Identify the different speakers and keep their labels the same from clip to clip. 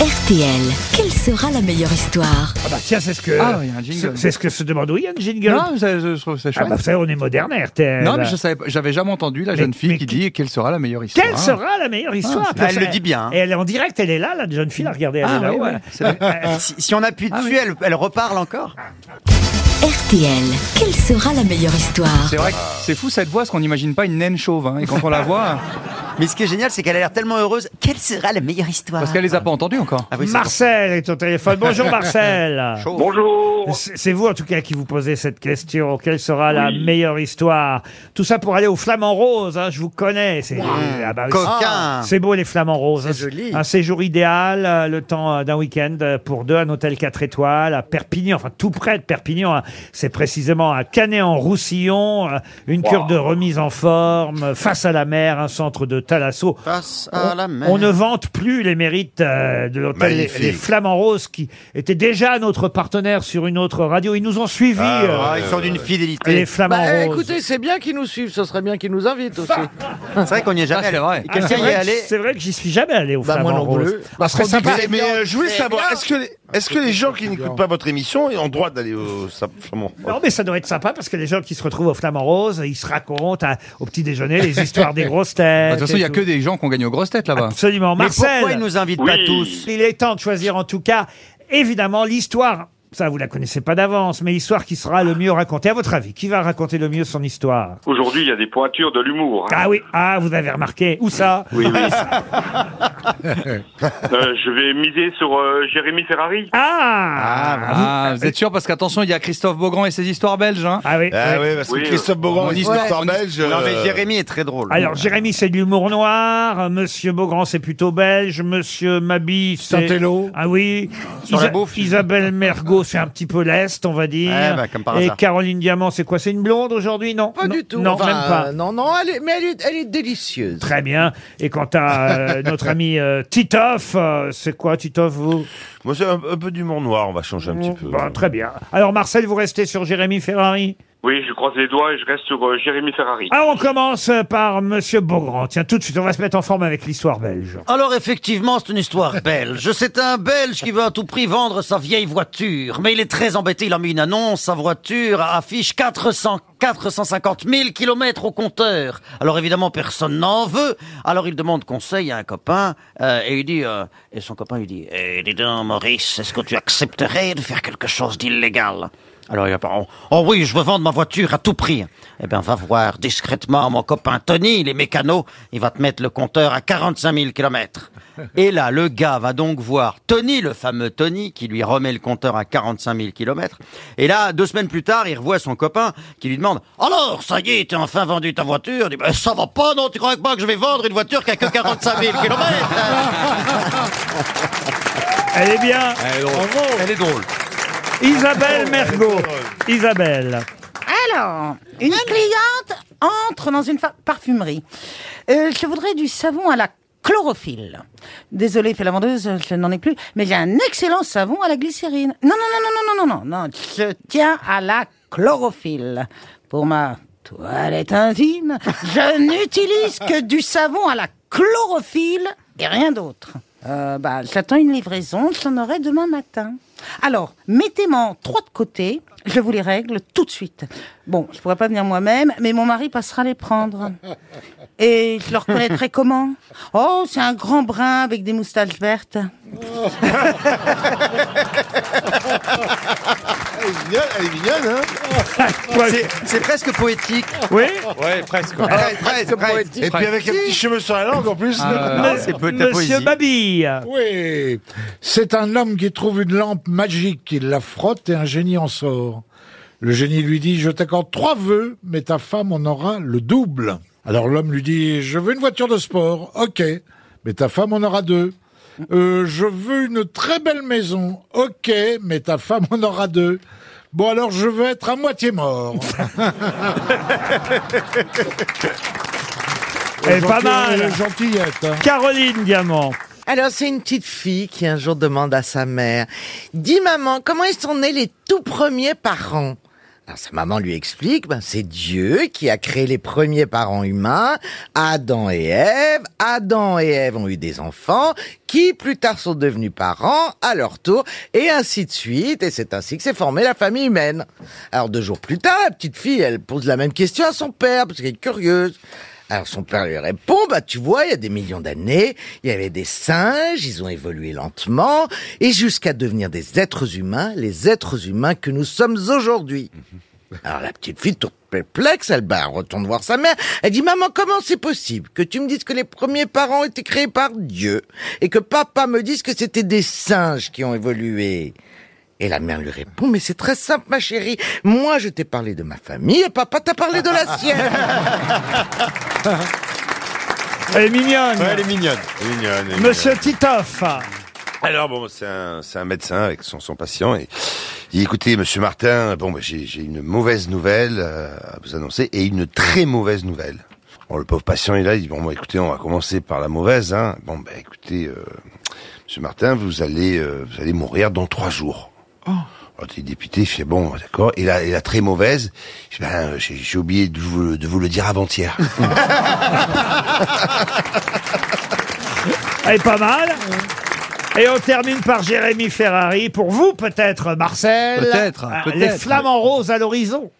Speaker 1: RTL, quelle sera la meilleure histoire
Speaker 2: Ah bah tiens, c'est ce que
Speaker 3: Ah, il y a un jingle.
Speaker 2: c'est ce que se demande. Oui, il y a un jingle.
Speaker 3: Non, ça- je trouve ça
Speaker 2: ah
Speaker 3: chouette.
Speaker 2: bah vous savez, on est moderne à RTL.
Speaker 3: non, mais je savais pas- j'avais jamais entendu la jeune
Speaker 2: Mais-
Speaker 3: fille
Speaker 2: mais
Speaker 3: qui
Speaker 2: qui-
Speaker 3: dit quelle sera la meilleure histoire.
Speaker 2: Quelle sera la meilleure histoire
Speaker 3: Ah, c'est-
Speaker 2: Parce
Speaker 4: elle le
Speaker 2: que-
Speaker 4: dit bien, hein.
Speaker 2: Et elle est en direct, elle est là, la jeune fille, la regardez, elle
Speaker 3: Ah,
Speaker 2: est là.
Speaker 3: oui,
Speaker 2: ouais.
Speaker 3: oui, c'est vrai.
Speaker 4: Si, si on appuie
Speaker 3: Ah
Speaker 4: dessus,
Speaker 3: oui.
Speaker 4: elle, elle reparle encore
Speaker 1: RTL, quelle sera la meilleure histoire
Speaker 3: C'est vrai que c'est fou cette voix, parce qu'on n'imagine pas une naine chauve. hein, et quand on la voit,
Speaker 4: Mais ce qui est génial, c'est qu'elle a l'air tellement heureuse. Quelle sera la meilleure histoire
Speaker 3: parce qu'elle les a pas entendues encore.
Speaker 4: Ah oui, c'est
Speaker 2: Marcel est au téléphone. Bonjour Marcel.
Speaker 4: Chaud.
Speaker 5: Bonjour.
Speaker 2: C'est c'est vous en tout cas qui vous posez cette question. Quelle sera la meilleure histoire Tout ça pour aller au Flamand Rose. hein, je vous connais. C'est Ah bah oui, c'est-
Speaker 4: Coquin
Speaker 2: C'est beau les flamants roses.
Speaker 4: C'est joli.
Speaker 2: Un séjour idéal, euh, le temps euh, d'un week-end euh, pour deux, un hôtel 4 étoiles à Perpignan, enfin tout près de Perpignan. hein. C'est précisément à Canet-en-Roussillon, euh, une cure de remise en forme, euh, face à la mer, un centre de thalasso.
Speaker 4: Face
Speaker 6: Ah,
Speaker 2: On- On ne vante plus les mérites euh, de l'hôtel les,
Speaker 7: Magnifique.
Speaker 2: les Flamants Roses qui était déjà notre partenaire sur une autre radio. Ils nous ont suivis,
Speaker 4: Ah,
Speaker 2: euh,
Speaker 4: ils sont d'une
Speaker 2: les
Speaker 4: fidélité.
Speaker 2: Flamants
Speaker 8: Bah,
Speaker 2: Roses.
Speaker 8: écoutez, c'est bien qu'ils nous suivent, ce serait bien qu'ils nous invitent aussi.
Speaker 4: C'est vrai qu'on n'y est
Speaker 3: Ah,
Speaker 4: jamais
Speaker 3: c'est
Speaker 4: allé.
Speaker 3: vrai.
Speaker 4: Et
Speaker 2: Ah,
Speaker 4: Quelqu'un
Speaker 2: c'est
Speaker 4: y est
Speaker 2: vrai que-
Speaker 4: allé
Speaker 2: C'est vrai que j'y suis jamais allé aux
Speaker 8: Bah, moi
Speaker 2: Flamants
Speaker 8: non plus.
Speaker 2: Roses.
Speaker 8: Bah,
Speaker 2: serait
Speaker 8: trop
Speaker 2: sympa.
Speaker 7: Mais, mais, euh, je voulais
Speaker 8: C'est
Speaker 7: savoir,
Speaker 8: bien.
Speaker 7: est-ce que, les- est-ce que les gens qui n'écoutent pas votre émission ont le droit d'aller au Sa- Flamand
Speaker 2: Non, mais ça doit être sympa parce que les gens qui se retrouvent au Flamand Rose, ils se racontent à- au petit déjeuner les histoires des grosses
Speaker 3: Bah, De
Speaker 2: têtes.
Speaker 3: toute façon, il y a
Speaker 2: et
Speaker 3: que
Speaker 2: Ah, tout.
Speaker 3: des gens qui ont gagné aux grosses têtes là-bas.
Speaker 2: Absolument.
Speaker 4: Mais
Speaker 2: Marcel,
Speaker 4: pourquoi ils nous invitent
Speaker 5: Oui.
Speaker 4: pas tous
Speaker 2: il est temps de choisir en tout cas, évidemment, l'histoire. Ça, vous la connaissez pas d'avance, mais l'histoire qui sera le mieux racontée. À votre avis, qui va raconter le mieux son histoire
Speaker 5: Aujourd'hui, il y a des pointures de l'humour. hein.
Speaker 2: Ah oui, ah, vous avez remarqué. Où ça
Speaker 5: Oui, oui. Euh, je vais miser sur euh, Jérémy Ferrari.
Speaker 2: Ah
Speaker 3: Ah, vous êtes sûr Parce qu'attention, il y a Christophe Beaugrand et ses histoires belges. hein.
Speaker 2: Ah oui.
Speaker 7: Ah
Speaker 2: oui.
Speaker 7: oui, parce que
Speaker 5: Oui,
Speaker 7: Christophe Beaugrand,
Speaker 3: on
Speaker 7: il
Speaker 3: dit-
Speaker 7: est en
Speaker 3: ouais,
Speaker 7: belge.
Speaker 4: Non, mais
Speaker 7: euh,
Speaker 4: Jérémy est très drôle.
Speaker 2: Alors, Jérémy, c'est de l'humour noir. Euh, Monsieur Beaugrand, c'est plutôt belge. Monsieur Mabi, c'est... Ah oui.
Speaker 4: Sur la bouffe.
Speaker 2: Isabelle Mergot, c'est un petit peu l'Est, on va dire.
Speaker 4: Ouais, bah, comme par
Speaker 2: Et
Speaker 4: hasard.
Speaker 2: Caroline Diamant, c'est quoi C'est une blonde aujourd'hui Non.
Speaker 8: Pas
Speaker 2: Non,
Speaker 8: du tout.
Speaker 2: Non,
Speaker 8: Enfin,
Speaker 2: même pas.
Speaker 8: euh, Non, non, elle est, mais elle est, elle est délicieuse.
Speaker 2: Très bien. Et quant à euh, notre ami euh, Titoff, euh, c'est quoi Titoff, vous
Speaker 7: Moi, c'est un, un peu d'humour noir, on va changer un petit peu.
Speaker 2: Bon, Bah, Très bien. Alors, Marcel, vous restez sur Jérémy Ferrari
Speaker 5: Oui, je croise les doigts et je reste sur euh, Jérémy Ferrari.
Speaker 2: Ah, on commence par Monsieur Beaugrand. Tiens, tout de suite, on va se mettre en forme avec l'histoire belge.
Speaker 6: Alors effectivement, c'est une histoire belge. C'est un Belge qui veut à tout prix vendre sa vieille voiture. Mais il est très embêté, il a mis une annonce, sa voiture affiche 400, 450 000 kilomètres au compteur. Alors évidemment, personne n'en veut. Alors il demande conseil à un copain euh, et il dit, euh, et son copain lui dit, Eh, dis donc Maurice, est-ce que tu accepterais de faire quelque chose d'illégal alors il répond, oh oui, je veux vendre ma voiture à tout prix. Eh bien, va voir discrètement mon copain Tony, les mécanos, il va te mettre le compteur à 45 000 kilomètres. Et là, le gars va donc voir Tony, le fameux Tony, qui lui remet le compteur à 45 000 kilomètres. Et là, deux semaines plus tard, il revoit son copain qui lui demande, alors, ça y est, t'as enfin vendu ta voiture? Il dit, Ben, ça va pas, non, tu crois que moi que je vais vendre une voiture qui a que 45 000 kilomètres?
Speaker 2: Elle est bien.
Speaker 3: Elle est drôle.
Speaker 2: Isabelle Mergot. Isabelle.
Speaker 9: Alors, une cliente entre dans une fa- parfumerie. Euh, je voudrais du savon à la chlorophylle. Désolée, fait la vendeuse, je n'en ai plus, mais j'ai un excellent savon à la glycérine. Non, non, non, non, non, non, non, non, non, je tiens à la chlorophylle. Pour ma toilette intime, je n'utilise que du savon à la chlorophylle et rien d'autre. Euh, bah, j'attends une livraison, j'en aurai demain matin. Alors, mettez-moi en trois de côté, je vous les règle tout de suite. Bon, je pourrais pas venir moi-même, mais mon mari passera les prendre. Et je le reconnaîtrai comment Oh, c'est un grand brun avec des moustaches vertes.
Speaker 7: Elle est mignonne, elle est mignonne, hein
Speaker 4: C'est- C'est presque poétique.
Speaker 2: Oui
Speaker 3: Ouais, presque.
Speaker 4: Ouais, presque, presque.
Speaker 7: Et puis avec un petit cheveu sur la langue en plus.
Speaker 4: Ah, C'est peu de la
Speaker 2: Monsieur
Speaker 4: poésie.
Speaker 2: Babille.
Speaker 10: Oui, c'est un homme qui trouve une lampe magique, il la frotte et un génie en sort. Le génie lui dit, je t'accorde trois vœux, mais ta femme en aura le double. Alors l'homme lui dit, je veux une voiture de sport, ok, mais ta femme en aura deux. Euh, je veux une très belle maison, ok, mais ta femme en aura deux. Bon alors je veux être à moitié mort.
Speaker 2: Elle est Eh, pas mal.
Speaker 8: euh,
Speaker 10: Elle est euh, gentillette. hein.
Speaker 2: Caroline Diamant.
Speaker 8: Alors, c'est une petite fille qui un jour demande à sa mère Dis, maman, comment ils sont nés les tout premiers parents Alors sa maman lui explique, ben, c'est Dieu qui a créé les premiers parents humains, Adam et Ève. Adam et Ève ont eu des enfants qui plus tard sont devenus parents à leur tour, et ainsi de suite. Et c'est ainsi que s'est formée la famille humaine. Alors deux jours plus tard, la petite fille, elle pose la même question à son père, parce qu'elle est curieuse. Alors son père lui répond, bah tu vois, il y a des millions d'années, il y avait des singes, ils ont évolué lentement, et jusqu'à devenir des êtres humains, les êtres humains que nous sommes aujourd'hui. Alors la petite fille, toute perplexe, elle bah, retourne voir sa mère, elle dit, maman, comment c'est possible que tu me dises que les premiers parents étaient créés par Dieu, et que papa me dise que c'était des singes qui ont évolué et la mère lui répond, mais c'est très simple, ma chérie. Moi, je t'ai parlé de ma famille et papa t'a parlé de la sienne.
Speaker 2: Elle est mignonne.
Speaker 7: Ouais, elle est mignonne. Elle est mignonne, elle est
Speaker 2: Monsieur Titoff.
Speaker 7: Alors bon, c'est un, c'est un médecin avec son, son patient et il dit, écoutez Monsieur Martin, bon bah, j'ai j'ai une mauvaise nouvelle euh, à vous annoncer et une très mauvaise nouvelle. Bon le pauvre patient il est là, il dit bon bah, écoutez on va commencer par la mauvaise hein. Bon bah écoutez euh, Monsieur Martin vous allez euh, vous allez mourir dans trois jours. Alors, t'es député, il fait bon, d'accord. Et la, et la très mauvaise, il fait, ben, euh, j'ai j'ai oublié de vous, le- de vous le dire avant-hier.
Speaker 2: Elle est pas mal. Et on termine par Jérémy Ferrari. Pour vous, peut-être, Marcel.
Speaker 3: Peut-être,
Speaker 2: Euh,
Speaker 3: peut-être.
Speaker 2: Les flamants roses à l'horizon.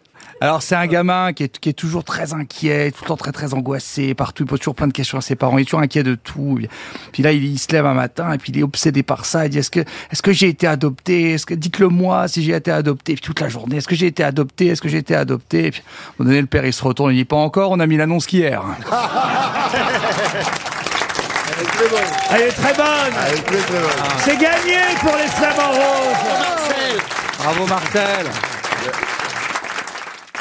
Speaker 3: Alors c'est un gamin qui est, qui est toujours très inquiet, tout le temps très très angoissé, partout, il pose toujours plein de questions à ses parents, il est toujours inquiet de tout. Puis là il, il se lève un matin et puis il est obsédé par ça, il dit est-ce que est-ce que j'ai été adopté Est-ce que dites-le moi si j'ai été adopté Puis toute la journée, est-ce que j'ai été adopté Est-ce que j'ai été adopté Et puis à un moment donné le père il se retourne, il dit pas encore, on a mis l'annonce hier.
Speaker 2: Elle est très bonne. C'est gagné pour les flamants roses.
Speaker 3: Bravo Martel.